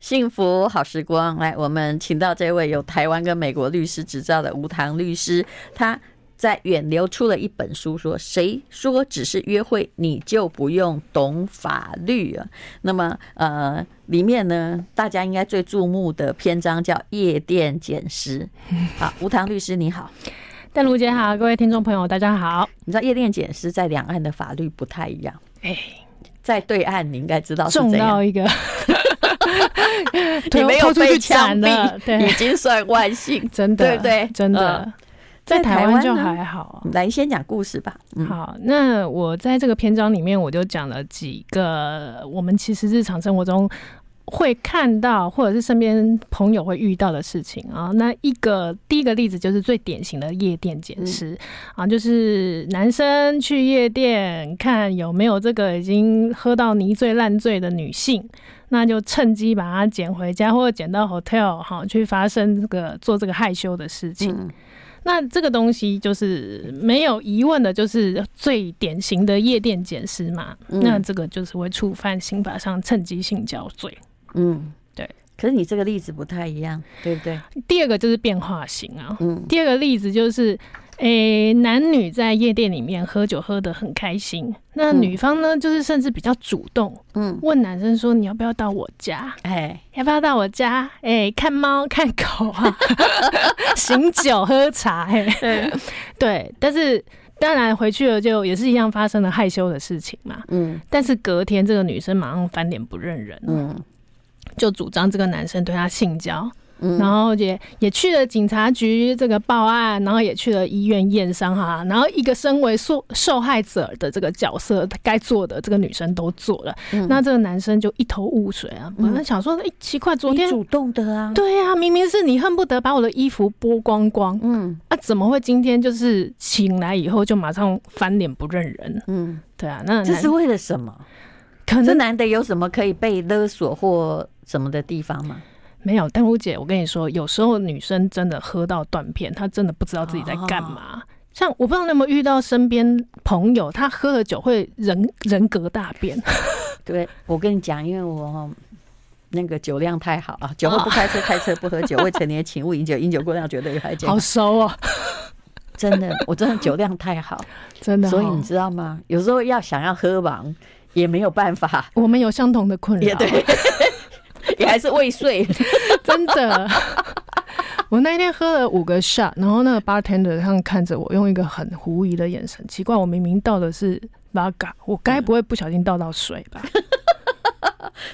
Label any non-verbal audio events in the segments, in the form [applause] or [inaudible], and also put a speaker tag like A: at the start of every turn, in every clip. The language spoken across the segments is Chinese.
A: 幸福好时光。来，我们请到这位有台湾跟美国律师执照的吴唐律师，他在远流出了一本书说，谁说只是约会你就不用懂法律啊？那么，呃，里面呢，大家应该最注目的篇章叫夜店捡尸。好，吴唐律师你好。
B: 邓如姐好，各位听众朋友大家好。
A: 你知道夜店捡尸在两岸的法律不太一样，
B: 哎，
A: 在对岸你应该知道是
B: 中
A: 怎样，
B: 到。一个
A: 你 [laughs] 没有
B: 拖出
A: 被
B: 去
A: 枪
B: 斩了，
A: 毙， [laughs]
B: 对
A: 已，经算万
B: [laughs]
A: 幸。
B: 真的，
A: 对不对
B: 啊真
A: 嗯
B: 的，在台
A: 湾
B: 湾就
A: 呢
B: 还好。啊
A: 来，先讲故事吧。嗯，
B: 好，那我在这个篇章里面，我就讲了几个我们其实日常生活中会看到，或者是身边朋友会遇到的事情啊。那一个第一个例子就是最典型的夜店捡
A: 嗯
B: 尸、啊，就是男生去夜店看有没有这个已经喝到泥醉烂醉的女性。那就趁机把她捡回家，或者捡到 hotel 好去发生这个做这个害羞的事情。
A: 嗯
B: 那这个东西就是没有疑问的，就是最典型的夜店捡尸嘛。
A: 嗯
B: 那这个就是会触犯刑法上趁机性交罪。
A: 嗯，
B: 对。
A: 可是你这个例子不太一样，对不对？
B: 第二个就是变化型啊。
A: 嗯
B: 第二个例子就是，诶、男女在夜店里面喝酒喝得很开心，那
A: 嗯
B: 女方呢，就是甚至比较主动
A: 嗯，
B: 问男生说：“你要不要到我家？
A: 哎，
B: 要不要到我家？哎、看猫看狗啊， [laughs] 醒酒喝茶、嘿。对，但是当然回去了就也是一样发生了害羞的事情嘛。
A: 嗯
B: 但是隔天这个女生马上翻脸不认人，
A: 嗯
B: 就主张这个男生对她性交，
A: 嗯，
B: 然后也也去了警察局这个报案，然后也去了医院验伤哈。然后一个身为受受害者的这个角色该做的，这个女生都做了，
A: 嗯
B: 那这个男生就一头雾水啊。本来想说，哎、奇怪，昨天
A: 你。主动的啊，
B: 对呀、明明是你恨不得把我的衣服剥光光，
A: 嗯
B: 啊，怎么会今天就是醒来以后就马上翻脸不认人？
A: 嗯，
B: 对啊，那
A: 这
B: 男
A: 是为了什么？
B: 可
A: 这
B: 能
A: 男的有什么可以被勒索或什么的地方吗？
B: 没有。但我姐，我跟你说，有时候女生真的喝到断片，她真的不知道自己在干
A: 啊
B: 嘛。像我不知道你有没有遇到身边朋友，他喝了酒会人人格大变，
A: 对，我跟你讲，因为我哦那个酒量太好啊，酒后不开车，开车不喝酒，未成年请勿饮酒，饮酒过量绝对有害健
B: 好
A: 康。
B: 熟哦，
A: 真的，我真的酒量太好，
B: 真的哦、
A: 所以你知道吗？有时候要想要喝完也没有办法，
B: 我们有相同的困
A: 也
B: 扰，
A: 对，也还是未遂。
B: [laughs] 真的。我那天喝了五个 shot，然后那个 bartender 他们看着我，用一个很狐疑的眼神。奇怪，我明明倒的是 vodka，我该不会不小心倒到水吧？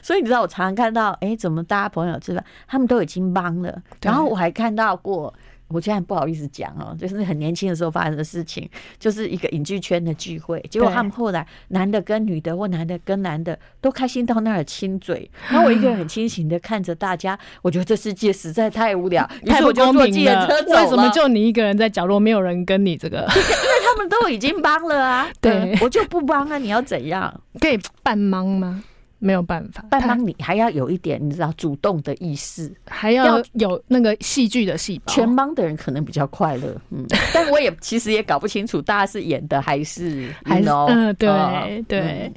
A: 所以你知道，我常常看到，哎、怎么大家朋友吃饭，他们都已经帮了，
B: 对
A: 然后我还看到过。我现在不好意思讲哦，就是很年轻的时候发生的事情，就是一个影剧圈的聚会，结果
B: 对
A: 他们后来男的跟女的或男的跟男的都开心到那儿亲嘴，然后我一个人很清醒的看着大家，我觉得这世界实在太无聊，于
B: 太
A: 是
B: 不
A: 我就
B: 公
A: 坐计
B: 平
A: 程
B: 了
A: 车走！了。
B: 为什么就你一个人在角落，没有人跟你这个
A: 他们都已经帮了啊？
B: 对
A: 嗯我就不帮啊，你要怎样？
B: 可以半忙吗？没有办法，
A: 帮帮你还要有一点，你知道主动的意识。
B: 他还要
A: 要
B: 有那个戏剧的细胞。
A: 全帮的人可能比较快乐，嗯，哦 [laughs] 但我也其实也搞不清楚，大家是演的 [laughs] 还是
B: 还是
A: you know，
B: 嗯，对、
A: 呃
B: 对，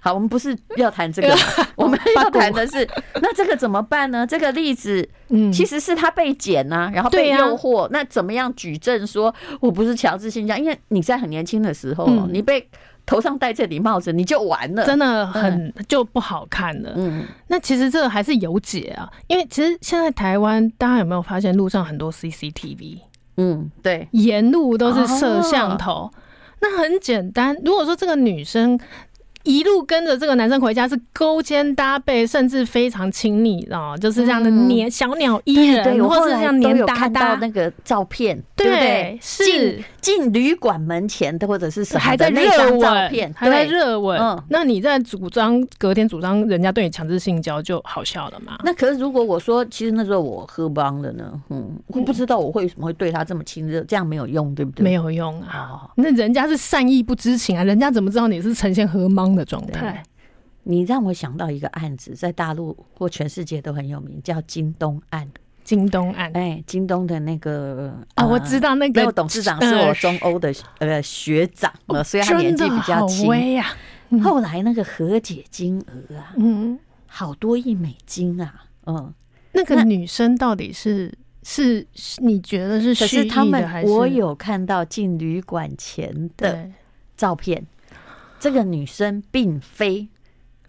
A: 好，我们不是要谈 [laughs] 这个嘛，我们要谈的是， [laughs] 那这个怎么办呢？这个例子
B: 嗯，
A: 其
B: 实
A: 实是他被剪呐、然后被
B: 对啊
A: 诱惑，那怎么样举证说我不是强制性交？因为你在很年轻的时候，
B: 嗯
A: 你被头上戴这顶帽子，你就完了，
B: 真的很、就不好看了。
A: 嗯
B: 那其实这个还是有解啊，因为其实现在台湾大家有没有发现路上很多 CCTV，
A: 嗯，对，
B: 沿路都是摄像头，那很简单。如果说这个女生一路跟着这个男生回家是勾肩搭背，甚至非常亲密哦，就是这样的
A: 嗯
B: 黏、小鸟依
A: 对
B: 人，
A: 对，我
B: 或
A: 后
B: 是这
A: 来
B: 样
A: 都
B: 黏
A: 有
B: 哒
A: 看到
B: 哒
A: 那。个照片，对不对
B: 对，？是
A: 进旅馆门前的或者是什么
B: 还在
A: 的那
B: 热
A: 张照片
B: 吻，，还在
A: 对
B: 热吻
A: 嗯。
B: 那你在主张隔天主张人家对你强制性交就好笑了嘛？
A: 那可是如果我说，其实那时候我喝帮了呢，嗯，我不知道我为什么会对他这么亲热，这样没有用，对不对？
B: 没
A: 有。
B: 有用啊！
A: 哦，
B: 那人家是善意不知情啊，人家怎么知道你是呈现喝懵的状
A: 对
B: 态？
A: 你让我想到一个案子，在大陆或全世界都很有名，叫京东案。
B: 京东案
A: 哎，京东的那个
B: 啊，我知
A: 道。
B: 道那
A: 没有
B: 个嗯哦
A: 董事长是我中欧的呃学长了，所以他年纪比较
B: 真的好
A: 轻。
B: 微呀、嗯
A: 后来那个和解金额啊，
B: 嗯，
A: 好多亿美金啊，嗯，
B: 那个
A: 那
B: 女生到底是是是你觉得是
A: 可
B: 蓄
A: 是
B: 意
A: 他
B: 的
A: 们
B: 还，是
A: 我有看到进旅馆前的
B: 对
A: 照片，这个女生并非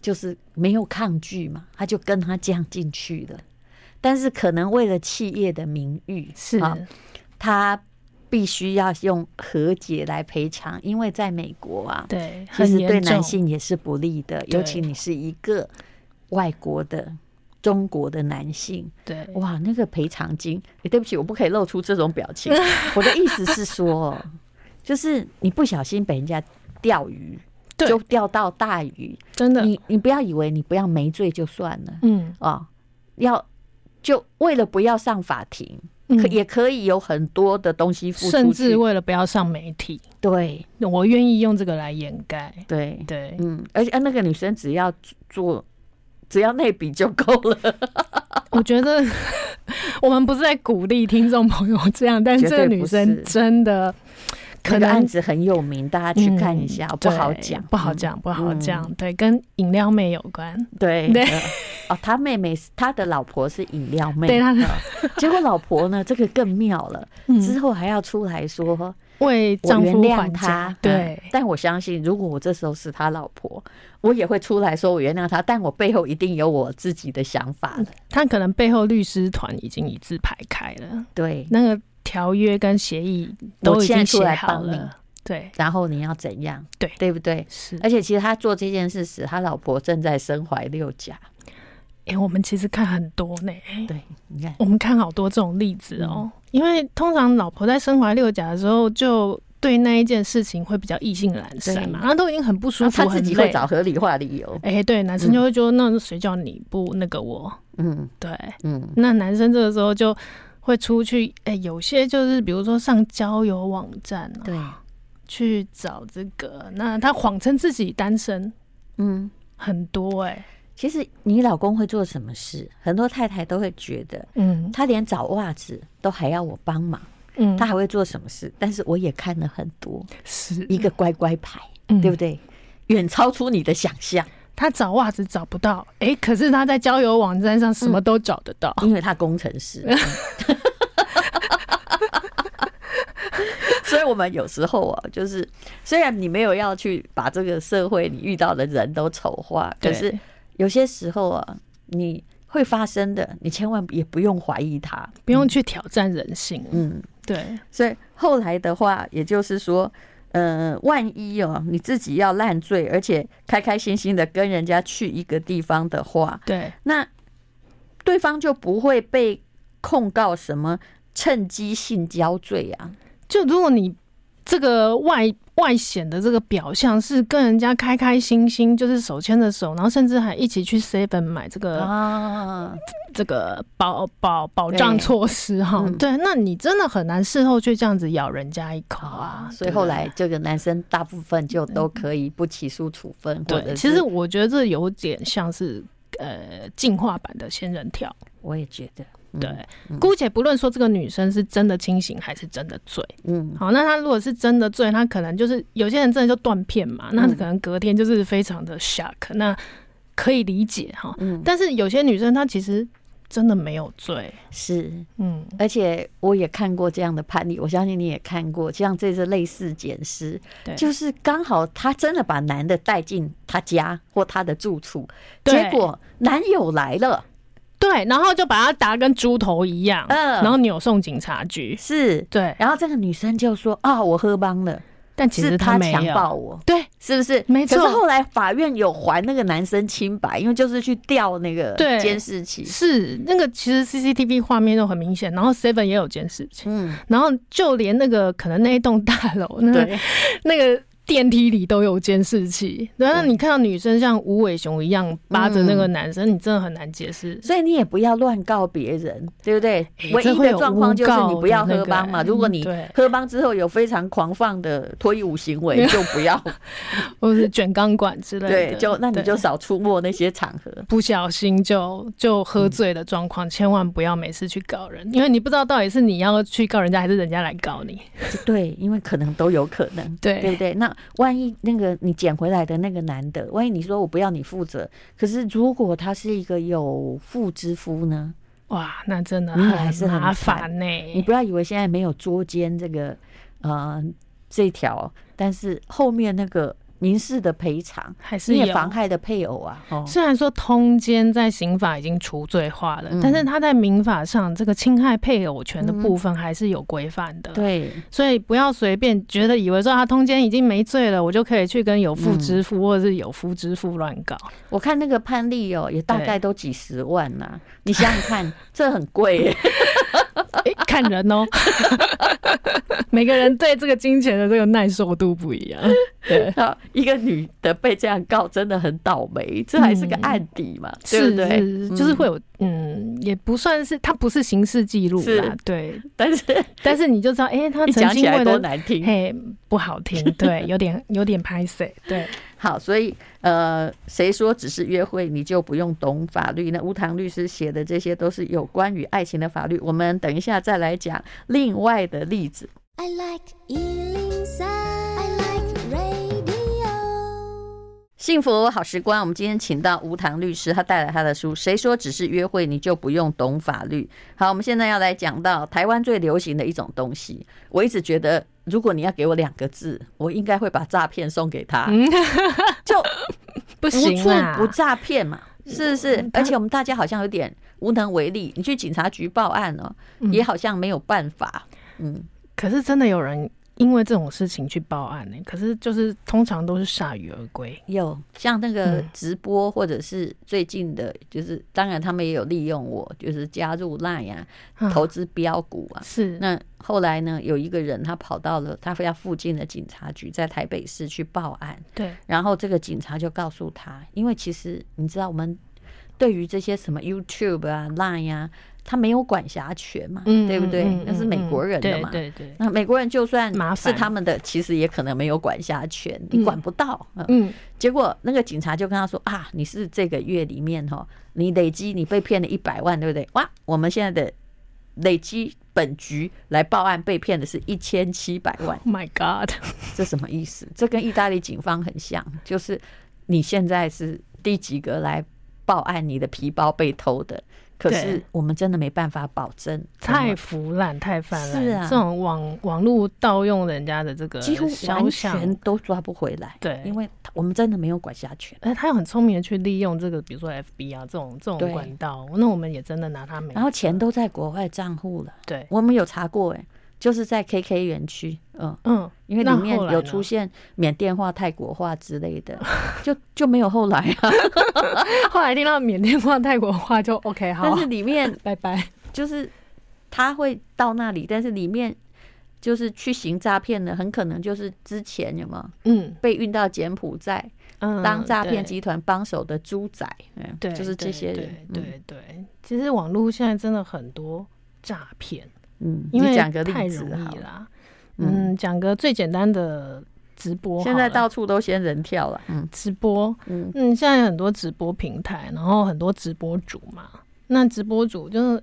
A: 就是没有抗拒嘛，她就跟他这样进去了。但是可能为了企业的名誉，
B: 是
A: 啊，她必须要用和解来赔偿，因为在美国啊，
B: 对，
A: 其
B: 很
A: 实
B: 严
A: 对男
B: 重
A: 性也是不利的，尤其你是一个外国的中国的男性，
B: 对
A: 哇，那个赔偿金，诶对不起，我不可以露出这种表
B: [laughs]
A: 情。我的意思是说，就是你不小心被人家钓鱼，
B: 对
A: 就钓到大鱼，
B: 真的，
A: 你你不要以为你不要没罪就算了
B: 嗯，
A: 哦，要就为了不要上法庭，可
B: 嗯
A: 也可以有很多的东西付
B: 甚
A: 出
B: 至
A: 去，
B: 为了不要上媒体，
A: 对
B: 我愿意用这个来掩盖。
A: 对，
B: 对，
A: 嗯，而且啊那个女生只要做，只要那笔就够了，
B: 我觉得 [laughs] 我们不是在鼓励听众朋友这样，但是
A: 绝
B: 这
A: 对
B: 个女
A: 不
B: 生
A: 是
B: 真的
A: 那个
B: 可能嗯
A: 案子很有名，大家啊去看一下，不好
B: 对
A: 讲，
B: 不好
A: 嗯。
B: 讲，不好讲。对，跟饮料妹有关。
A: 对
B: 对
A: 呃哦，他妹妹是他的老婆是饮料妹，
B: 对他的
A: 呃结果老婆呢，这个更妙了，之
B: [laughs] 嗯，
A: 后还要出来说
B: 为
A: 我
B: 丈
A: 原
B: 夫还
A: 谅
B: 价
A: 他，，
B: 对
A: 嗯，但我相信，如果我这时候是他老婆，我也会出来说我原谅他，但我背后一定有我自己的想法的，
B: 他可能背后律师团已经一字排开了，
A: 对，
B: 那个条约跟协议嗯都
A: 我
B: 已
A: 现在出
B: 经写
A: 来
B: 好
A: 帮你哎
B: 了。对，
A: 然后你要怎样，
B: 对
A: 对不对？
B: 是。
A: 而且其实他做这件事时，他老婆正在身怀六甲。
B: 哎、我们其实看很多呢，
A: 对，你看，
B: 我们看好多这种例子
A: 嗯
B: 哦。因为通常老婆在身怀六甲的时候，就对那一件事情会比较意兴阑珊嘛，
A: 对
B: 然后都已经很不舒
A: 那
B: 服，
A: 啊他自己
B: 很累
A: 会。找合理化理由。
B: 哎、对，男生就会说：“那谁叫你不那个我
A: 嗯？”
B: 对，
A: 嗯，
B: 那男生这个时候就会出去，哎、有些就是比如说上交友网站啊，
A: 对，
B: 去找这个，那他谎称自己单身，
A: 嗯。
B: 很多哎、
A: 其实你老公会做什么事，很多太太都会觉得
B: 嗯
A: 他连找袜子都还要我帮忙，
B: 嗯，
A: 他还会做什么事？但是我也看了很多，
B: 是
A: 一个乖乖牌，
B: 嗯
A: 对不对？远超出你的想象，
B: 他找袜子找不到，哎、可是他在交友网站上什么都找得到，
A: 因为他工程
B: [laughs]
A: 师。嗯所以，我们有时候啊，就是虽然你没有要去把这个社会你遇到的人都丑化，可
B: 对
A: 是有些时候啊，你会发生的，你千万也不用怀疑它。
B: 不用去挑战人性。
A: 嗯，
B: 对，
A: 所以后来的话，也就是说，呃，万一哦，你自己要烂醉，而且开开心心的跟人家去一个地方的话，
B: 对，
A: 那对方就不会被控告什么趁机性交罪啊。
B: 就如果你这个外外显的这个表象是跟人家开开心心，就是手牵着手，然后甚至还一起去 Seven 买这个、
A: 啊，
B: 这个保保保障
A: 对
B: 措施哈，
A: 嗯
B: 对，那你真的很难事后去这样子咬人家一口啊。
A: 哦所以
B: 对不
A: 后
B: 对
A: 来这个男生大部分就都可以不起诉处分，或者
B: 对，
A: 是
B: 其实我觉得这有点像是呃进化版的仙人跳。
A: 我也觉得，嗯
B: 对，，姑且不论说这个女生是真的清醒还是真的醉，
A: 嗯，
B: 好，那她如果是真的醉，她可能就是有些人真的就断片嘛，那
A: 嗯
B: 可能隔天就是非常的 shock，那可以理解哈。
A: 嗯
B: 但是有些女生她其实真的没有醉，
A: 是，
B: 嗯，
A: 而且我也看过这样的判例，我相信你也看过，像这次类似检尸，
B: 对，
A: 就是刚好他真的把男的带进他家或他的住处，
B: 对
A: 结果男友来了，
B: 对，然后就把她打跟猪头一样，
A: 嗯
B: 然后扭送警察局，
A: 是，
B: 对，
A: 然后这个女生就说啊，我喝帮了，
B: 但其实
A: 是
B: 她
A: 他
B: 没
A: 强
B: 有，
A: 暴我，
B: 对
A: 是不是？
B: 没错
A: 可是后来法院有还那个男生清白，因为就是去调那个
B: 对
A: 监视器，
B: 是那个其实 CCTV 画面都很明显，然后 Seven 也有监视器。
A: 嗯，
B: 然后就连那个可能那一栋大楼，那个
A: 对，
B: 那个电梯里都有监视器。然后你看到女生像无尾熊一样扒着那个男生，你真的很难解释。
A: 所以你也不要乱告别人，对不对？
B: 诶
A: 唯
B: 哎这
A: 一
B: 会
A: 的
B: 有
A: 状况就是
B: 诬告
A: 你不要
B: 的那
A: 喝
B: 个
A: 帮嘛，
B: 诶
A: 如果你
B: 对
A: 喝帮之后有非常狂放的脱衣舞行为，就不要，
B: 或是卷钢管之类的，
A: 对，就那你
B: [laughs] 对
A: 就少出没那些场合。
B: 不小心就就喝醉的状况，千万不要没事去告
A: 嗯
B: 人，因为你不知道
A: [laughs]
B: 到底是你要去告人家，还是人家来告你。
A: 对，因为可能都有可能，
B: 对
A: 对不对？那万一那个你捡回来的那个男的，万一你说我不要你负责，可是如果他是一个有妇之夫呢？
B: 哇，那真的
A: 你也还是很
B: 麻
A: 惨
B: 烦呢、
A: 你不要以为现在没有捉奸这个呃这条，但是后面那个民事的赔偿，
B: 还是
A: 你也
B: 有
A: 妨害了配偶啊，哦，
B: 虽然说通奸在刑法已经除罪化了，
A: 嗯
B: 但是他在民法上这个侵害配偶权的
A: 嗯
B: 部分还是有规范的。，
A: 对，
B: 所以不要随便觉得以为说他啊通奸已经没罪了，我就可以去跟有妇
A: 嗯
B: 之夫或者是有夫之妇乱搞。
A: 我看那个判例哦，也大概都几十万呐、你想想看，这很贵
B: [laughs]
A: 耶。
B: 诶看人哦， [laughs] 每个人对这个金钱的这个耐受度不一样。
A: [laughs]
B: 对，
A: 啊，一个女的被这样告，真的很倒霉，这还是个案底嘛，对不对？
B: 嗯是是，就是会有，嗯，也不算是，他不是刑事记录啦
A: 是，
B: 对，
A: 但是
B: 但是你就知道，诶，他
A: 一
B: 曾
A: 讲起
B: 经
A: 来
B: 为
A: 多
B: 了
A: 难听。
B: 嘿，不好 [laughs] 听，对，有点有点拍碎，对，
A: 好，所以呃，谁说只是约会你就不用懂法律？那吴唐律师写的这些都是有关于爱情的法律，我们等一下再来讲另外的例子。
C: I like Ealing Sound. I like radio.
A: 幸福好时光，我们今天请到吴唐律师，他带来他的书《谁说只是约会你就不用懂法律》。好，我们现在要来讲到台湾最流行的一种东西，我一直觉得，如果你要给我两个字，我应该会把诈骗送给他，
B: 嗯， [laughs]
A: 就
B: 不
A: 无
B: 行啊嗯
A: 处
B: 啦，
A: 不诈骗嘛，是不是？而且我们大家好像有点无能为力，你去警察局报案哦，
B: 嗯
A: 也好像没有办法。嗯，
B: 可是真的有人因为这种事情去报案呢、欸可是就是通常都是铩羽而归，
A: 有像那个
B: 嗯
A: 直播，或者是最近的，就是当然他们也有利用我，就是加入 Line 呀、
B: 嗯
A: 投资标股啊。
B: 是
A: 那后来呢，有一个人他跑到了他家附近的警察局，在台北市去报案，
B: 对，
A: 然后这个警察就告诉他，因为其实你知道我们对于这些什么 YouTube 啊、Line 呀、他没有管辖权嘛，
B: 嗯，
A: 对不对
B: 嗯？
A: 那是美国人的嘛。
B: 对对对，
A: 那美国人就算
B: 麻
A: 是
B: 烦
A: 他们的，其实也可能没有管辖权，你管不到。嗯
B: 嗯，，
A: 结果那个警察就跟他说啊，你是这个月里面哈，你累积你被骗了一百万，对不对？哇，我们现在的累积本局来报案被骗的是一千七百万
B: Oh my God，
A: 这什么意思？这跟意大利警方很像，就是你现在是第几个来报案你的皮包被偷的，可是
B: 对
A: 我们真的没办法保证，
B: [laughs] 太腐烂，太泛滥，
A: 是啊
B: 这种网网络盗用人家的这个
A: 几乎
B: 肖
A: 完
B: 像
A: 全，都抓不回来，
B: 对
A: 因为我们真的没有管辖权。
B: 哎，他有很聪明的去利用这个，比如说 FB 啊这种这种
A: 对
B: 管道，那我们也真的拿他没辙，
A: 然后钱都在国外账户了，
B: 对，
A: 我们有查过、哎，就是在 KK 园区，嗯，
B: 嗯，
A: 因为里
B: 那
A: 面
B: 后来
A: 有
B: 呢
A: 出现缅甸话、泰国话之类的， [laughs] 就就没有后来啊。
B: [laughs] 后来听到缅甸话、泰国话就 OK，好啊
A: 但，是里面
B: 拜拜。
A: 就是他会到那里，但是里面就是去行诈骗的，很可能就是之前有没有
B: 嗯，
A: 被运到柬埔寨
B: 嗯
A: 当诈骗集团帮手的猪仔，嗯，
B: 对，对
A: 就是这些
B: 对
A: 人，嗯
B: 对对对，其实网络现在真的很多诈骗，
A: 嗯，嗯
B: 因为
A: 你讲个
B: 太
A: 例子
B: 容
A: 好
B: 易
A: 了，
B: 啦。
A: 嗯
B: 嗯，讲个最简单的直播好了，
A: 现在到处都仙人跳了，嗯
B: 直播，
A: 嗯，
B: 嗯，现在有很多直播平台，然后很多直播主嘛，那直播主就是。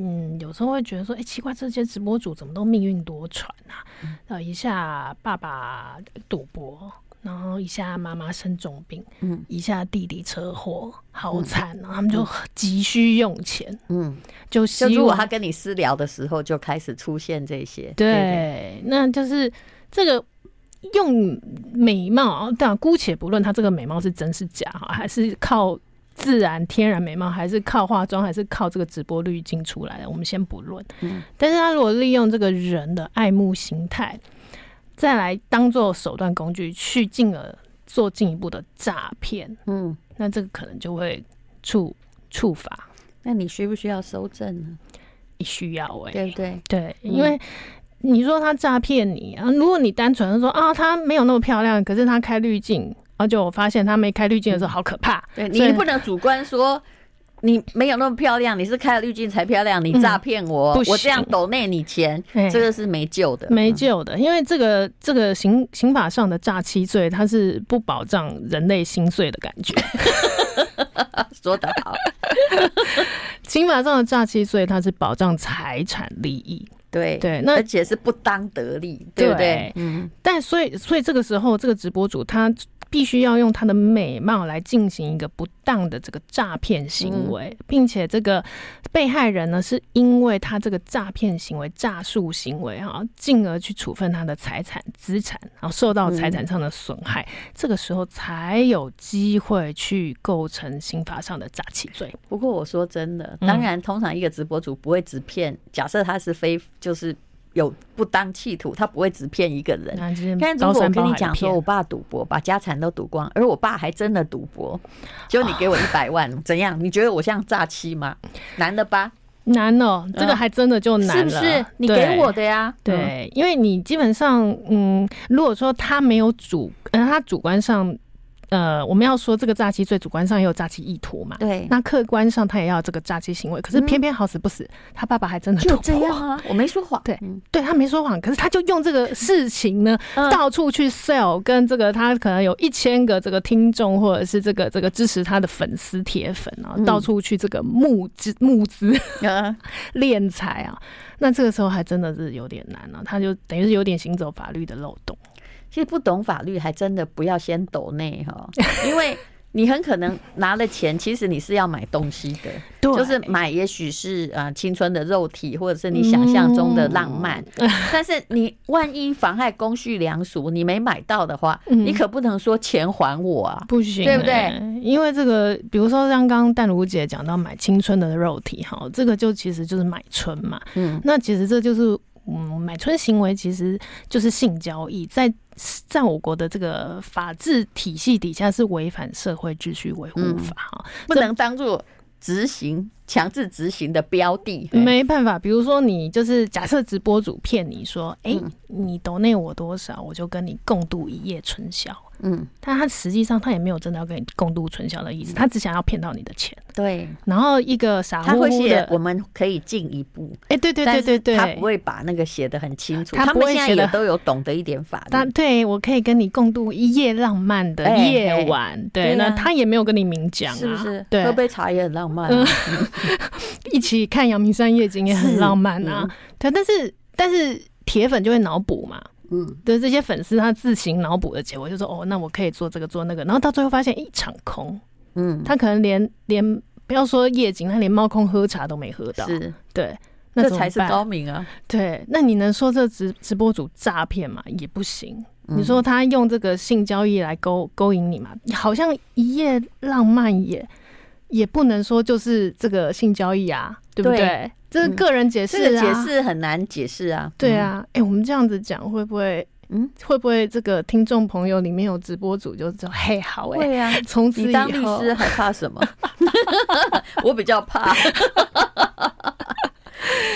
B: 嗯，有时候会觉得说，哎、奇怪，这些直播主怎么都命运多舛啊？呃，一下爸爸赌博，然后一下妈妈生重病，
A: 嗯，
B: 一下弟弟车祸，好惨啊！他们就急需用钱，
A: 嗯，
B: 就
A: 就
B: 希
A: 如果
B: 望
A: 他跟你私聊的时候，就开始出现这些，
B: 对，那就是这个用美貌，但姑且不论它这个美貌是真是假哈，还是靠自然天然美貌，还是靠化妆，还是靠这个直播滤镜出来的，我们先不论。
A: 嗯
B: 但是他如果利用这个人的爱慕心态，再来当做手段工具，去进而做进一步的诈骗，
A: 嗯，
B: 那这个可能就会处处罚，
A: 那你需不需要收证呢？
B: 需要哎、
A: 对不对？
B: 对，
A: 嗯
B: 因为你说他诈骗你啊，如果你单纯的说啊，她没有那么漂亮，可是她开滤镜，而且我发现她没开滤镜的时
A: 嗯
B: 候好可怕，
A: 对
B: 所以
A: 你不能主观说你没有那么漂亮，你是开了滤镜才漂亮，你诈骗我，
B: 不行
A: 我这样抖内你钱，
B: 哎
A: 这个是没救的，
B: 没
A: 嗯。
B: 救的，因为这个这个刑刑法上的诈欺罪，它是不保障人类心碎的感觉。 [laughs]
A: 说得好，
B: 刑法上的诈欺罪，它是保障财产利益，
A: [laughs] 对
B: 对那
A: 而且是不当得利，对不对
B: 对？
A: 嗯，
B: 但所以，所以这个时候，这个直播主他必须要用他的美貌来进行一个不当的这个诈骗行为，
A: 嗯
B: 并且这个被害人呢，是因为他这个诈骗行为、诈术行为哈，进而去处分他的财产、资产，然后受
A: 嗯
B: 到财产上的损害，这个时候才有机会去构成刑法上的诈欺罪。
A: 不过我说真的，
B: 嗯
A: 当然，通常一个直播主不会只骗，假设他是非就是有不当企图，他不会只骗一个人。
B: 那就是
A: 但如
B: 高
A: 果我
B: 嗯山
A: 跟
B: 包
A: 你
B: 海
A: 讲说，
B: 骗
A: 我爸赌博，把家产都赌光，而我爸还真的赌博，就你给我一百万，
B: 啊
A: [laughs] 怎样？你觉得我像诈欺吗？难了吧？
B: 难哦，这个还真的就难
A: 嗯是
B: 了，
A: 不是？你
B: 对
A: 给我的呀？嗯，
B: 对，因为你基本上，嗯，如果说他没有主，呃，他主观上，呃，我们要说这个诈欺罪，主观上也有诈欺意图嘛。
A: 对，
B: 那客观上他也要这个诈欺行为，可是
A: 嗯
B: 偏偏好死不死，他爸爸还真的
A: 就
B: 突
A: 这样
B: 破，
A: 啊，我没说
B: [laughs]
A: 谎。
B: 对
A: 嗯
B: 对他没说谎，可是他就用这个事情呢，
A: 嗯
B: 到处去 sell，跟这个他可能有一千个这个听众或者是这个这个支持他的粉丝铁粉啊，
A: 嗯
B: 到处去这个募资募资，
A: 呃
B: 敛财啊，那这个时候还真的是有点难了、他就等于是有点行走法律的漏洞。
A: 其实不懂法律，还真的不要先抖内哈，因为你很可能拿了钱，其实你是要买东西的，
B: 对
A: 就是买，也许是啊、呃青春的肉体，或者是你想象中的浪
B: 嗯
A: 漫。但是你万一妨碍公序良俗，你没买到的话，
B: 嗯
A: 你可不能说钱还我啊。
B: 不行、
A: 对不对
B: 欸？因为这个，比如说像刚刚淡如姐讲到买青春的肉体哈，这个就其实就是买春嘛。
A: 嗯，
B: 那其实这就是嗯，买春行为其实就是性交易，在在我国的这个法治体系底下是违反社会秩序维
A: 嗯
B: 护法哈。
A: 不能当做执行强制执行的标的。嘿
B: 没办法，比如说你就是假设直播主骗你说，哎、
A: 嗯
B: 你抖内我多少，我就跟你共度一夜春宵。
A: 嗯，
B: 但他实际上他也没有真的要跟你共度春宵的意思，他只想要骗到你的钱。
A: 对，
B: 然后一个傻
A: 他
B: 乎
A: 会
B: 乎
A: 写
B: 的，
A: 我们可以进一步。
B: 哎、对对对对对，
A: 但是他不会把那个写的很清楚。
B: 他
A: 他
B: 不
A: 们
B: 会
A: 现在
B: 写得
A: 也都有懂得一点法
B: 他
A: 律，
B: 对我可以跟你共度一夜浪漫的
A: 哎
B: 夜晚，
A: 对
B: 对，
A: 啊
B: 那他也没有跟你明讲、啊，
A: 是不是？
B: 对
A: 喝，杯茶也很浪漫啊，
B: 一起看阳明山夜景也很
A: 是
B: 浪漫啊，对，但是但是铁粉就会脑补嘛，
A: 嗯，
B: 对这些粉丝他自行脑补的结果，就说哦，那我可以做这个做那个，然后到最后发现一场空，
A: 嗯，
B: 他可能连连不要说夜景，他连猫空喝茶都没喝到，
A: 是，
B: 对，那
A: 这
B: 怎么
A: 才是
B: 办
A: 高明啊。
B: 对。那你能说这直直播主诈骗吗？也不行。
A: 嗯
B: 你说他用这个性交易来勾勾引你嘛，好像一夜浪漫也也不能说就是这个性交易啊，对不
A: 对嗯
B: 对？这是个人解释、啊，
A: 这个解释很难解释啊。
B: 对啊，哎、我们这样子讲会不会？
A: 嗯
B: 嗯，会不会这个听众朋友里面有直播主就知道？嘿，好
A: 嗯，
B: 哎、
A: 会啊。
B: 从此
A: 你
B: 以
A: 当律
B: 后
A: 师还怕什
B: [laughs]
A: 么？ [laughs] 我比较怕。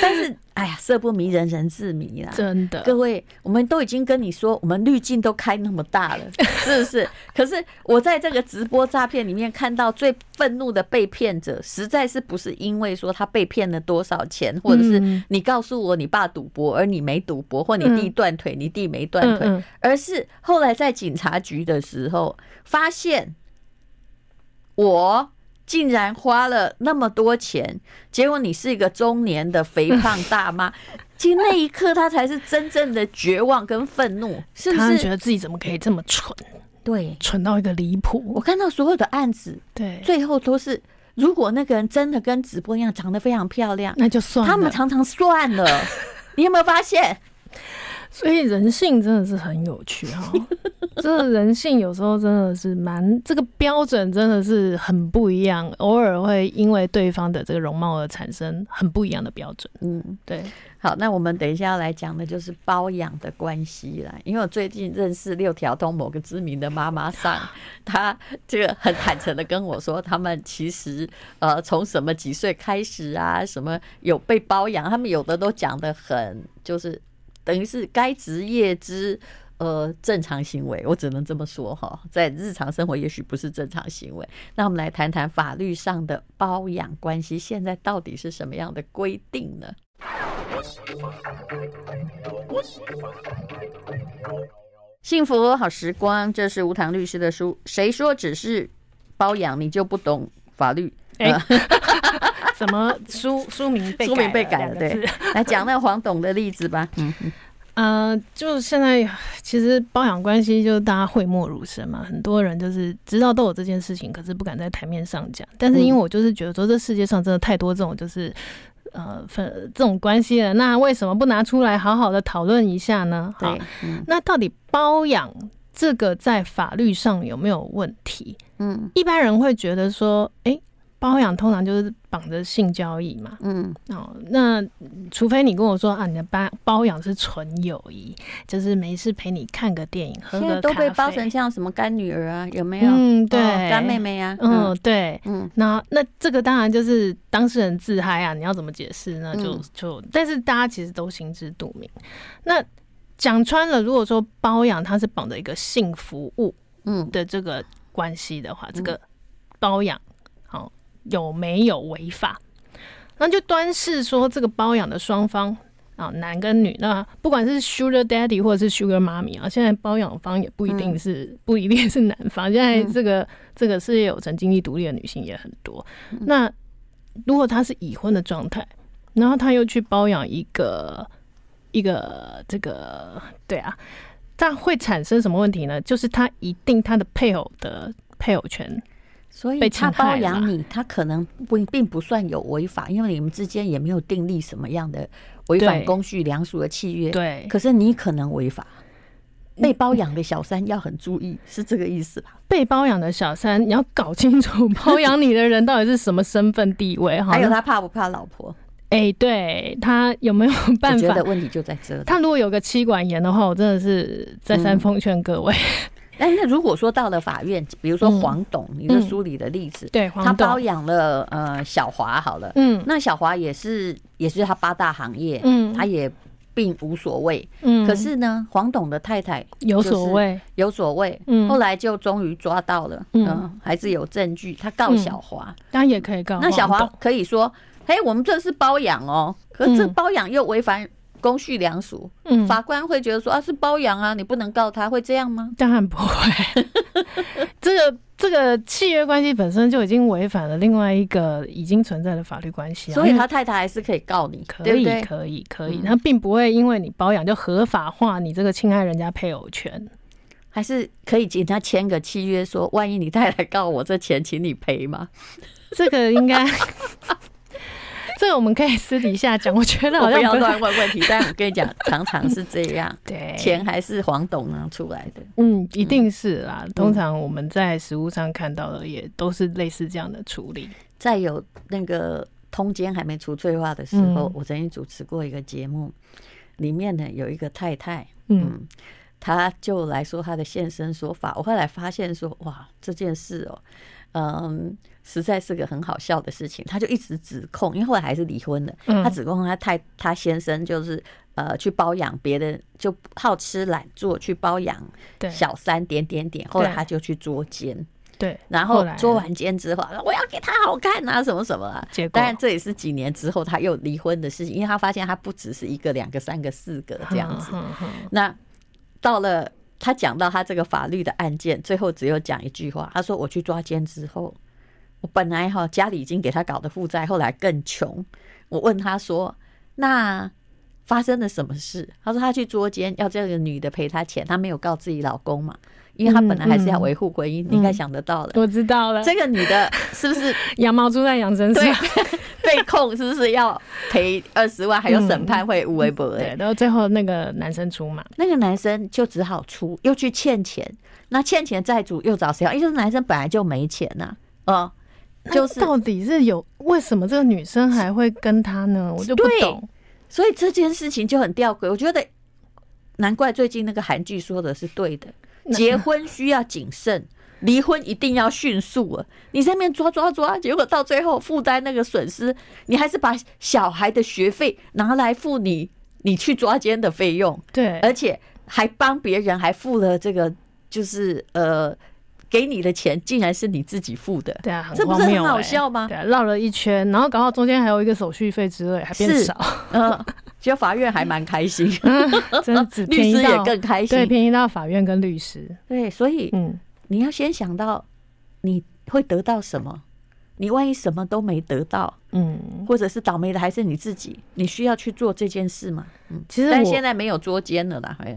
A: 但是，哎呀，色不迷人，人自迷啦。
B: 真的
A: 各位，我们都已经跟你说，我们滤镜都开那么大
B: [laughs]
A: 了，是不是？可是我在这个直播诈骗里面看到最愤怒的被骗者，实在是不是因为说他被骗了多少钱，或者是
B: 嗯
A: 你告诉我你爸赌博，而你没赌博，或你弟断腿，你弟没断腿，
B: 嗯嗯
A: 而是后来在警察局的时候发现，我竟然花了那么多钱，结果你是一个中年的肥胖大
B: [laughs]
A: 妈。其实那一刻，他才是真正的绝望跟愤怒，是不
B: 他觉
A: 是？
B: 得自己怎么可以这么蠢，
A: 对
B: 蠢到一个离
A: 我
B: 谱？
A: 看到所有的案子，
B: 对，
A: 最后都是，如果那个人真的跟直播一样，长得非常漂亮，
B: 那就算了。
A: 他们常常算了。
B: [laughs]
A: 你有没有发现？
B: 所以人性真的是很有趣
A: [laughs]
B: 哈、这人性有时候真的是蛮这个标准真的是很不一样，偶尔会因为对方的这个容貌而产生很不一样的标准。
A: 嗯，
B: 对，
A: 好，那我们等一下要来讲的就是包养的关系啦。因为我最近认识六条通某个知名的妈妈桑，她这个很坦诚的跟我说，他们其实呃从什么几岁开始啊，什么有被包养，他们有的都讲的很就是等于是该职业之。呃，正常行为，我只能这么说哈，在日常生活也许不是正常行为。那我们来谈谈法律上的包养关系，现在到底是什么样的规定呢？幸福好时光，这是吴唐律师的
B: [laughs]
A: 书。谁说只是包养你就不懂法律？
B: 哎、什么书书名被
A: 嗯书名被改
B: 了
A: 了，
B: 两个字
A: 对。来讲那黄董的例子吧。嗯，
B: [laughs] 呃，就现在其实包养关系就是大家讳莫如深嘛，很多人就是知道都有这件事情，可是不敢在台面上讲。但是因为
A: 嗯
B: 我就是觉得说，这世界上真的太多这种就是。呃，分这种关系了，那为什么不拿出来好好的讨论一下呢？ [laughs] 好
A: 对，，嗯
B: 那到底包养这个在法律上有没有问题？
A: 嗯
B: 一般人会觉得说，诶，包养通常就是绑着性交易嘛，
A: 嗯，
B: 哦，那除非你跟我说啊，你的包包养是纯友谊，就是没事陪你看个电影，喝
A: 现
B: 个
A: 在
B: 咖
A: 都
B: 啡，
A: 被包成这样，什么干女儿啊，有没有？
B: 嗯，对，
A: 哦干妹，妹啊，
B: 嗯
A: 嗯，
B: 对。
A: 嗯
B: 那那这个当然就是当事人自嗨啊，你要怎么解释呢？就
A: 嗯
B: 就，但是大家其实都心知肚明。那讲穿了，如果说包养它是绑着一个性服务
A: 嗯，
B: 的这个关系的话，这个包养好、有没有违法？那就端视说这个包养的双方啊，男跟女，那不管是 Sugar Daddy 或者是 Sugar Mommy 啊，现在包养方也不一定是、不一定是男方，现在这个、这个是有曾经济独立的女性也很多。那如果她是已婚的状态，然后她又去包养一个一个这个对啊，但会产生什么问题呢？就是他一定他的配偶的配偶权，
A: 所以
B: 被
A: 他
B: 侵
A: 包
B: 害了
A: 养你，他可能不并不算有违法，因为你们之间也没有订立什么样的违反
B: 对
A: 公序良俗的契约。
B: 对
A: 可是你可能违法。
B: 嗯
A: 被包养的小三要很注意，是这个意思吧？
B: 被包养的小三，你要搞清楚包养你的人到底是什么身份地位哈。
A: 还有
B: 那
A: 他怕不怕老婆？
B: 哎、对他有没有
A: 我
B: 办
A: 觉得
B: 法？
A: 问题就在这里。
B: 他如果有个妻管严的话，我真的是再三奉劝各位，
A: 哎，那如果说到了法院，比如说
B: 嗯
A: 黄董，你的
B: 嗯
A: 书里的例子，
B: 对
A: 他
B: 黄
A: 包
B: 董，
A: 养了呃小华好了，
B: 嗯
A: 那小华也是也是他八大行业，
B: 嗯
A: 他也并无所谓。
B: 嗯，
A: 可是呢，黄董的太太
B: 有
A: 就是
B: 所谓，
A: 有所谓，
B: 嗯
A: 后来就终于抓到了，嗯、
B: 嗯
A: 还是有证据，他告小华，
B: 当然也可以告
A: 那小
B: 黄
A: 华
B: 董
A: 可以说，嘿，我们这是包养哦，可是这
B: 嗯
A: 包养又违反公序良俗，
B: 嗯
A: 法官会觉得说啊是包养啊，你不能告他，会这样吗？
B: 当然不会， [laughs] 这个这个契约关系本身就已经违反了另外一个已经存在的法律关系啊，
A: 所以
B: 因为
A: 他太太还是可以告你，
B: 可
A: 对不
B: 以
A: 对？
B: 可以可以
A: 嗯，
B: 他并不会因为你包养就合法化你这个侵害人家配偶权。
A: 还是可以请他签个契约说万一你太太告我，这钱请你赔
B: [laughs]
A: 吗？
B: 这个应
A: [laughs]
B: 该， [laughs] 这个我们可以私底下讲。我觉得
A: 我
B: 好
A: 不
B: 像
A: 要
B: 不哎
A: 乱问问
B: [laughs]
A: 题，但我跟你讲，常常是这样，
B: 对
A: 钱还是黄董拿出来的。
B: 嗯，一定是啦。
A: 嗯
B: 通常我们在实物上看到的也都是类似这样的处理。
A: 在有那个通奸还没除罪化的时候，
B: 嗯
A: 我曾经主持过一个节目，里面呢有一个太太，
B: 嗯
A: 嗯，她就来说她的现身说法。我后来发现说，哇，这件事哦，嗯，实在是个很好笑的事情。她就一直指控，因为后来还是离婚了，
B: 嗯
A: 她指控她太她先生就是。呃，去包养别人就好吃懒做，去包养
B: 对
A: 小三点点点，后来
B: 对
A: 她就去捉奸，
B: 对，
A: 然后
B: 后来
A: 捉完奸之后，我要给他好看啊，什么什么啊。
B: 结果
A: 当然，这也是几年之后他又离婚的事情，因为他发现他不只是一个、两个、三个、四个这样子。
B: 哼哼哼
A: 那到了他讲到他这个法律的案件，最后只有讲一句话，他说：“我去抓奸之后，我本来哈家里已经给他搞得负债，后来更穷。”我问他说：“那发生了什么事？”他说：“他去捉奸，要这个女的赔他钱，他没有告自己老公嘛，因为他本来还是要维护婚姻，你应该想得到了。
B: 我知道了，
A: 这个女的是不是 [laughs]
B: 羊毛出在羊身上
A: 对。啊被控？是不是要赔二十万？还有审判会无为不为？
B: 对，然后最后那个男生出马，
A: 那个男生就只好出，又去欠钱。那欠钱债主又找谁啊要？因为这男生本来就没钱呐、哦、就是
B: 哎那到底是有为什么这个女生还会跟他呢？我就不
A: 对
B: 懂。
A: 所以这件事情就很吊诡。我觉得难怪最近那个韩剧说的是对的，结婚需要谨慎。离婚一定要迅速啊！你在那边抓抓抓，结果到最后负担那个损失，你还是把小孩的学费拿来付你你去抓奸的费用，
B: 对，
A: 而且还帮别人还付了这个，就是呃，给你的钱竟然是你自己付的，
B: 对啊，很
A: 这不是
B: 荒谬
A: 很好
B: 欸
A: 笑吗
B: 对啊，绕了一圈，然后搞到中间还有一个手续费之类，还变
A: 是
B: 少，
A: [laughs] 嗯，其实法院还蛮开
B: [laughs]
A: 心，
B: 真的嗯只便
A: [laughs] 呃律
B: 宜
A: 师也
B: 到
A: 更开
B: 对，
A: 心，
B: 便宜到法院跟律师。
A: 对，所以
B: 嗯，
A: 你要先想到你会得到什么，你万一什么都没得到，
B: 嗯，
A: 或者是倒霉的还是你自己，你需要去做这件事吗？嗯，
B: 其实
A: 但
B: 我
A: 现在没有捉奸了啦，哎，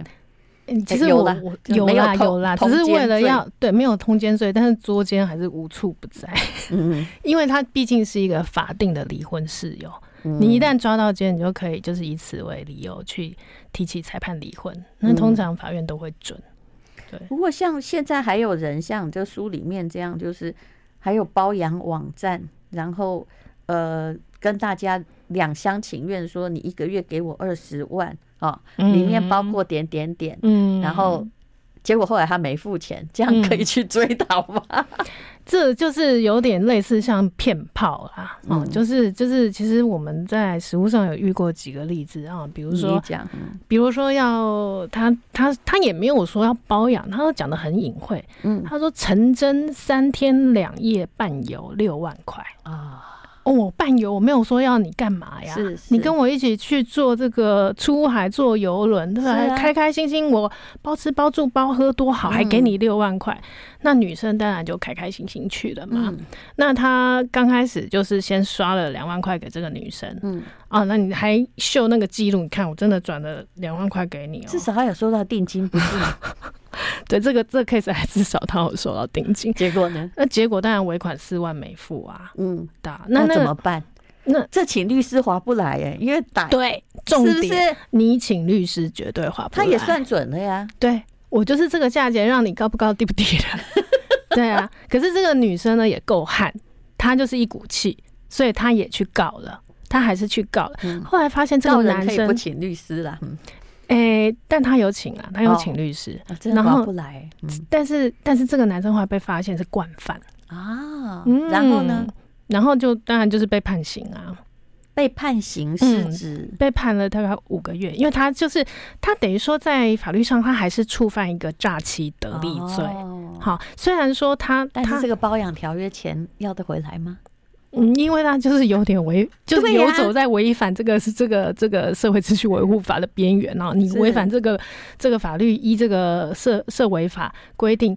B: 嗯其实
A: 有
B: 我
A: 啦
B: 我
A: 就
B: 有
A: 没有
B: 啦
A: 通
B: 有啦，只
A: 通
B: 是为
A: 奸
B: 了
A: 罪
B: 要对没有通奸罪，但是捉奸还是无处不在， [laughs]
A: 嗯，
B: 因为它毕竟是一个法定的离婚事由。
A: 嗯
B: 你一旦抓到奸，你就可以就是以此为理由去提起裁判离婚。那
A: 嗯
B: 通常法院都会准。
A: 不过像现在还有人像这书里面这样，就是还有包养网站，然后呃跟大家两厢情愿说你一个月给我二十万啊、哦里面包括点点点，
B: 嗯，
A: 然后结果后来他没付钱，这样可以去追讨
B: [laughs]
A: 吗？
B: 这就是有点类似像骗炮啦，哦、
A: 嗯
B: 就是就是，其实我们在实务上有遇过几个例子啊、比如
A: 你
B: 说，
A: 讲，嗯
B: 比如说要他他他也没有说要包养，他都讲的很隐晦，
A: 嗯
B: 他说陈真三天两夜伴游六万块。
A: 啊，
B: 哦，我伴游，我没有说要你干嘛哎呀？
A: 是是
B: 你跟我一起去坐这个出海坐游轮，对吧？
A: 是啊
B: 开开心心，我包吃包住包喝多好，还给
A: 嗯
B: 你六万块，那女生当然就开开心心去了嘛。
A: 嗯
B: 那他刚开始就是先刷了两万块给这个女生，
A: 嗯，
B: 啊，那你还秀那个记录，你看我真的转了两万块给你哦、
A: 至少还有收到定金，不是吗？
B: 对这个这个 case 还至少他有收到定金。
A: 结果呢？
B: 那结果当然尾款四万没付啊，
A: 嗯，
B: 对啊
A: 那
B: [laughs] 那
A: 怎
B: 那
A: 么
B: 个
A: 办？
B: 那
A: 这请律师划不来哎，因为打
B: 对重
A: 是
B: 点
A: 不是？
B: 你请律师绝对划不
A: 他
B: 来。
A: 也算准了呀。
B: 对我就是这个价钱，让你高不高低不低
A: [laughs]
B: 的。对啊，可是这个女生呢也够悍，她就是一股气，所以她也去告了，她还是去告了。
A: 嗯
B: 后来发现这
A: 告
B: 个
A: 人
B: 男
A: 可以不
B: 生，
A: 请律师啦，嗯，
B: 诶、但他有请啊，他有
A: 哦
B: 请律师，
A: 啊真的
B: 然
A: 划
B: 后
A: 不来，嗯
B: 但是但是这个男生后来被发现是惯犯，
A: 啊，然后呢
B: 嗯，？然后就当然就是被判刑啊，
A: 被判刑
B: 嗯
A: 是指
B: 被判了大概五个月，因为他就是他等于说在法律上他还是触犯一个诈欺得利罪。
A: 哦
B: 好，虽然说他
A: 但是
B: 他
A: 这个包养条约钱要得回来吗？
B: 嗯，因为他就是有点违，就是
A: 对呀
B: 游走在违反这个是这个这个社会秩序维护法的边缘哦。你
A: 是
B: 违反这个这个法律，依这个社社违法规定，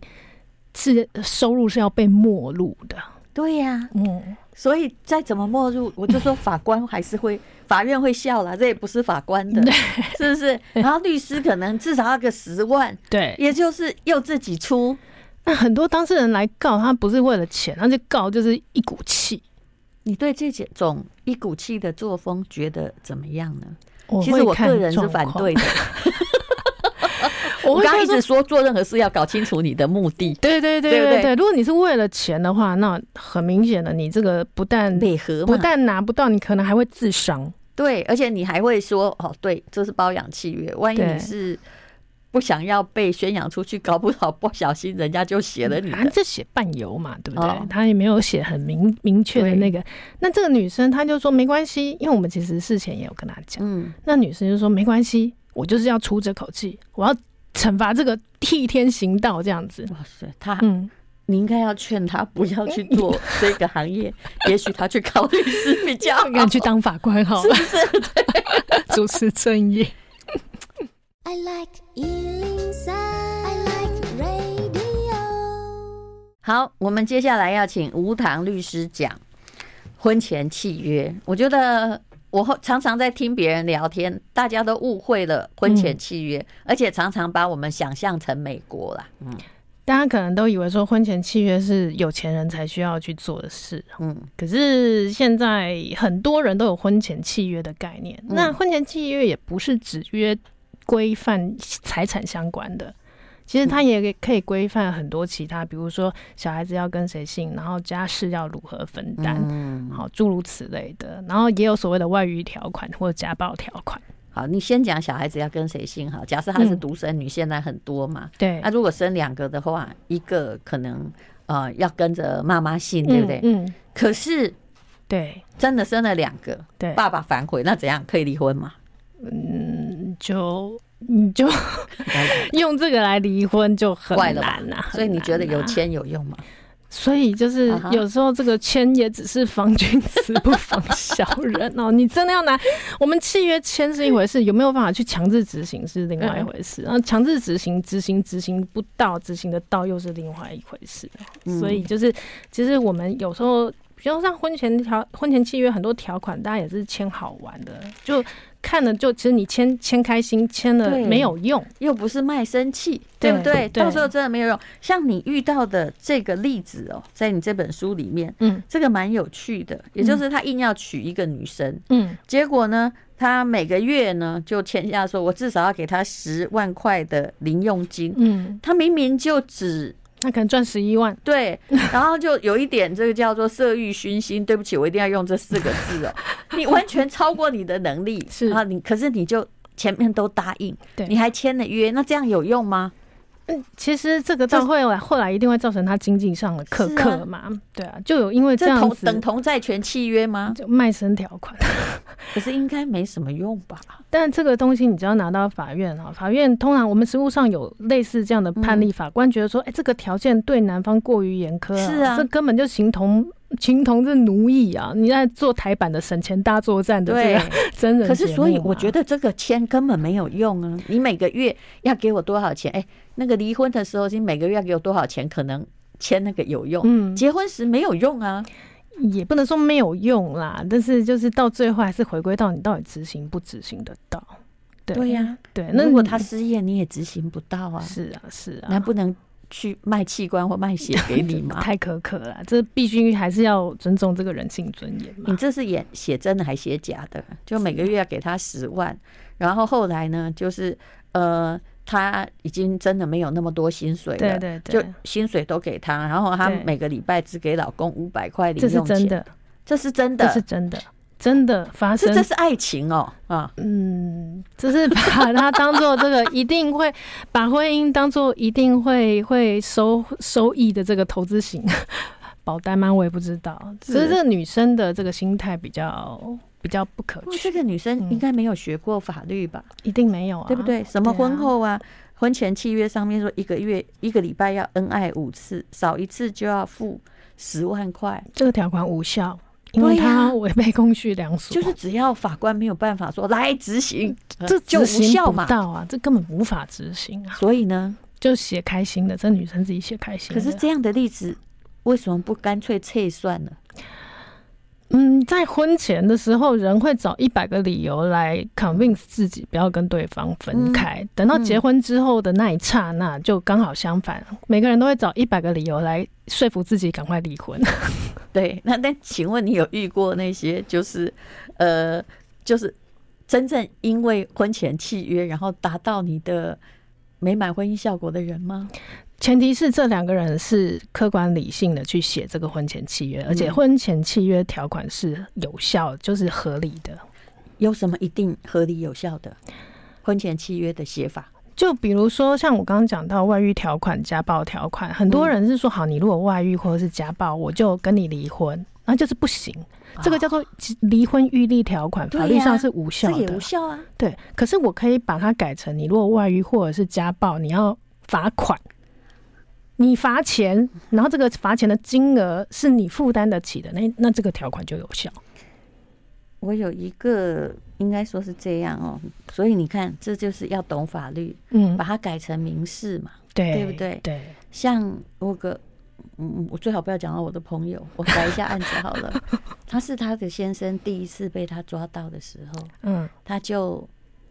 B: 是收入是要被没入的。
A: 对呀、
B: 嗯，
A: 所以再怎么没入，我就说法官还是会，法院会笑啦，这也不是法官的，
B: 嗯
A: [laughs] 是不是？然后律师可能至少要个十万，
B: 对。
A: 也就是又自己出，
B: 那很多当事人来告他，不是为了钱，他就告就是一股气。
A: 你对这种一股气的作风觉得怎么样呢？其
B: 会
A: 实我
B: 看
A: 个人是
B: 状
A: 反
B: 况
A: 对，的，
B: 我
A: 我
B: 会
A: 刚刚一
B: 看
A: 直说做任何事要搞清楚你的目的，
B: 对对对
A: 对不
B: 对
A: 对
B: 对，如果你是为了钱的话，那很明显的，你这个不但
A: 美和
B: 不
A: 嘛，
B: 但拿不到，你可能还会自伤。
A: 对，而且你还会说哦，对，这是包养契约，万一
B: 对
A: 你是不想要被宣扬出去，搞不好不小心人家就写了你
B: 啊，
A: 的，
B: 这写伴游嘛，对不对？
A: 哦
B: 他也没有写很明明确的那个。那这个女生她就说没关系，因为我们其实事前也有跟她讲，
A: 嗯，
B: 那女生就说没关系，我就是要出这口气，我要惩罚这个替天行道这样子。
A: 哇塞，他、
B: 嗯，
A: 你应该要劝他不要去做这个行业，也许他去考律师比较 [laughs] 好，
B: 敢去当法官好
A: 是
B: [laughs] 了
A: 不，是？
B: [laughs] 主持正义。
C: I like Ealing Sound. I like radio.
A: 好，我们接下来要请吴唐律师讲婚前契约。我觉得我后常常在听别人聊天，大家都误会了婚前契
B: 嗯
A: 约，而且常常把我们想象成美国啦。嗯
B: 大家可能都以为说婚前契约是有钱人才需要去做的事，
A: 嗯，
B: 可是现在很多人都有婚前契约的概念，
A: 嗯
B: 那婚前契约也不是只约规范财产相关的，其实它也可以规范很多其他，比如说小孩子要跟谁姓，然后家事要如何分担，
A: 嗯，
B: 好诸如此类的，然后也有所谓的外遇条款或者家暴条款，
A: 好，你先讲小孩子要跟谁姓好。假设她是独生女，现在很多嘛。
B: 对
A: 那、，如果生两个的话，一个可能呃要跟着妈妈姓，对不对？
B: 嗯，嗯
A: 可是
B: 对
A: 真的生了两个，
B: 对，
A: 爸爸反悔，那怎样可以离婚吗？
B: 嗯就
A: [laughs]
B: 你就 [laughs] 用这个来离婚就很
A: 怪
B: 难
A: 了吧
B: 呐、啊，
A: 所以你觉得
B: 很难
A: 有
B: 啊
A: 钱有用吗？
B: 所以就是
A: 啊哈
B: 有时候这个签也只是防君子不防小人哦。你真的要拿 [laughs] 我们契约签是一回事，有没有办法去强制执行是另外一回
A: 嗯
B: 事。然后强制执行、执行、执行不哦
A: 嗯
B: 到、执行得到又是另外一回事。所以就是其实我们有时候比如像婚前条、婚前契约很多条款，大家也是签好玩的，就看了就其实你签签开心，签了
A: 对
B: 没有用。
A: 又不是卖身契，对
B: 对
A: 不对？
B: 对
A: 到时候真的没有用。像你遇到的这个例子哦，在你这本书里面，
B: 嗯
A: 这个蛮有趣的，也就是他硬要娶一个女生，
B: 嗯，
A: 结果呢，他每个月呢就签下说，我至少要给他十万块的零用金。
B: 嗯，
A: 他明明就只
B: 那可能赚十一万， [laughs]
A: 对，然后就有一点这个叫做色欲熏心。对不起，我一定要用这四个字
B: [laughs]
A: 哦，你完全超过你的能力，
B: 是
A: 啊，你可是你就前面都答应，
B: 对
A: 你还签了约，那这样有用吗？
B: 嗯，其实这个
A: 这
B: 到后来后来一定会造成他经济上的苛
A: 是啊
B: 刻嘛，对啊，就有因为这
A: 这
B: 样
A: 同
B: 子
A: 等同债权契约吗？
B: 就卖身条款，
A: 可是应该没什么用吧？
B: 但这个东西你只要拿到法院啊，法院通常我们实务上有类似这样的
A: 嗯
B: 判例，法官觉得说，哎、这个条件对男方过于严苛、
A: 是啊
B: 这根本就形同 [laughs] 形同这奴役啊！你在做台版的省钱大作战的这
A: 对
B: 个，真人、啊
A: 可是所以我觉
B: 得，
A: 得这个签根本没有用啊！你每个月要给我多少钱？哎、那个离婚的时候，你每个月要给我多少钱？可能签那个有用，
B: 嗯，
A: 结婚时没有用啊。
B: 也不能说没有用啦，但是就是到最后还是回归到你到底执行不执行得到。对
A: 对呀、
B: 对，那
A: 如果
B: 你
A: 他失业，你也执行不到啊，啊
B: 是啊是啊，
A: 难不能去卖器官或卖血给你吗？
B: 太苛刻了，这必须还是要尊重这个人性尊严
A: 你
B: 嘛。
A: 这是演写真的还写假的？就每个月要给他十万，然后后来呢，就是呃，他已经真的没有那么多薪水了，
B: 对对
A: 就
B: 对，
A: 薪水都给他，然后她
B: 对
A: 每个礼拜只给老公五百块零
B: 这是
A: 用钱，
B: 真的，
A: 这是真的，
B: 这是真的，真的发
A: 这
B: 生
A: 这。是爱情哦啊！
B: 嗯，就是把它当做这个一定会把婚姻当做一定会会收收益的这个投资型 [laughs] 保单吗？我也不知道，只是
A: 是
B: 这个女生的这个心态比较比较不可
A: 不过
B: 取
A: 这，个女
B: 嗯
A: 生应该没有学过法律吧？
B: 一定没有啊，
A: 对不？对？什么婚后啊，婚前契约上面说一个月一个礼拜要恩爱五次，少一次就要付十万块，
B: 这个条款无效，因为
A: 对呀
B: 它违背公序良俗，
A: 就是只要法官没有办法说来执行，
B: 这
A: 就
B: 执
A: 无
B: 行
A: 效
B: 不
A: 嘛。
B: 到啊，这根本无法执行啊！
A: 所以
B: [laughs]
A: 呢，
B: 就写开心的，这女生自己写开心
A: 可
B: 的。
A: 是这样的例子为什么不干脆撤算呢？
B: 嗯，在婚前的时候，人会找一百个理由来 convince 自己不要跟对方
A: 嗯
B: 分开。等到结婚之后的那一刹那，就刚好相反，每个人都会找一百个理由来说服自己赶快离婚。 [laughs]
A: 对，那但请问你有遇过那些就是，呃，就是真正因为婚前契约，然后达到你的美满婚姻效果的人吗？
B: 前提是这两个人是客观理性的去写这个婚前契约，而
A: 嗯
B: 且婚前契约条款是有效，就是合理的。
A: 有什么一定合理有效的婚前契约的写法？
B: 就比如说，像我刚刚讲到外遇条款、家暴条款，很
A: 嗯
B: 多人是说好，你如果外遇或者是家暴，我就跟你离婚，那就是不行。这个叫做离婚预立条款，
A: 啊对
B: 法律
A: 呀
B: 上是无效
A: 这个也
B: 的
A: 无。效啊，
B: 对，可是我可以把它改成，你如果外遇或者是家暴，你要罚款，你罚钱，然后这个罚钱的金额是你负担得起的，那那这个条款就有效。
A: 我有一个应该说是这样哦，所以你看，这就是要懂法律，
B: 嗯
A: 把，它改成民事嘛。
B: 对，
A: 对不对
B: 对，
A: 像我有个，嗯，我最好不要讲到我的朋
B: [laughs]
A: 友，我改一下案子好了。他是他的先生第一次被他抓到的时候，
B: 嗯，
A: 他就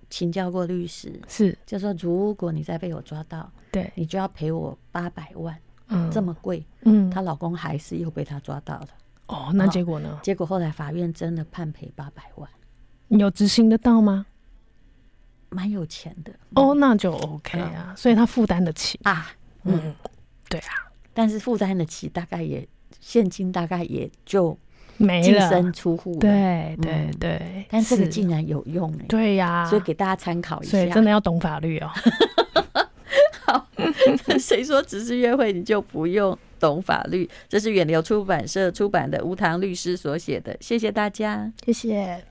A: 请教过律师，
B: 是，
A: 就说如果你再被我抓到，
B: 对，
A: 你就要赔我八百万，
B: 嗯，
A: 这么贵。
B: 嗯，
A: 她老公还是又被她抓到了，
B: 哦，
A: 啊
B: 那结果呢？
A: 结果后来法院真的判赔八百万，
B: 你有执行得到吗？
A: 蛮有钱的
B: 哦，那就 OK 啊，所以他负担得起。
A: 啊。嗯
B: 嗯，对啊，
A: 但是负担得起，大概也现金大概也就
B: 没
A: 净
B: 了。
A: 身出户了。
B: 对对
A: 嗯
B: 对，
A: 但这个
B: 是
A: 竟然有用哎、
B: 对呀，
A: 所以给大家参考一
B: 所
A: 下
B: 以。真的要懂法律哦。
A: [laughs] 谁说只是约会你就不用懂法 [laughs] 律？这是远流出版社出版的吴棠律师所写的，谢谢大家。
B: 谢谢。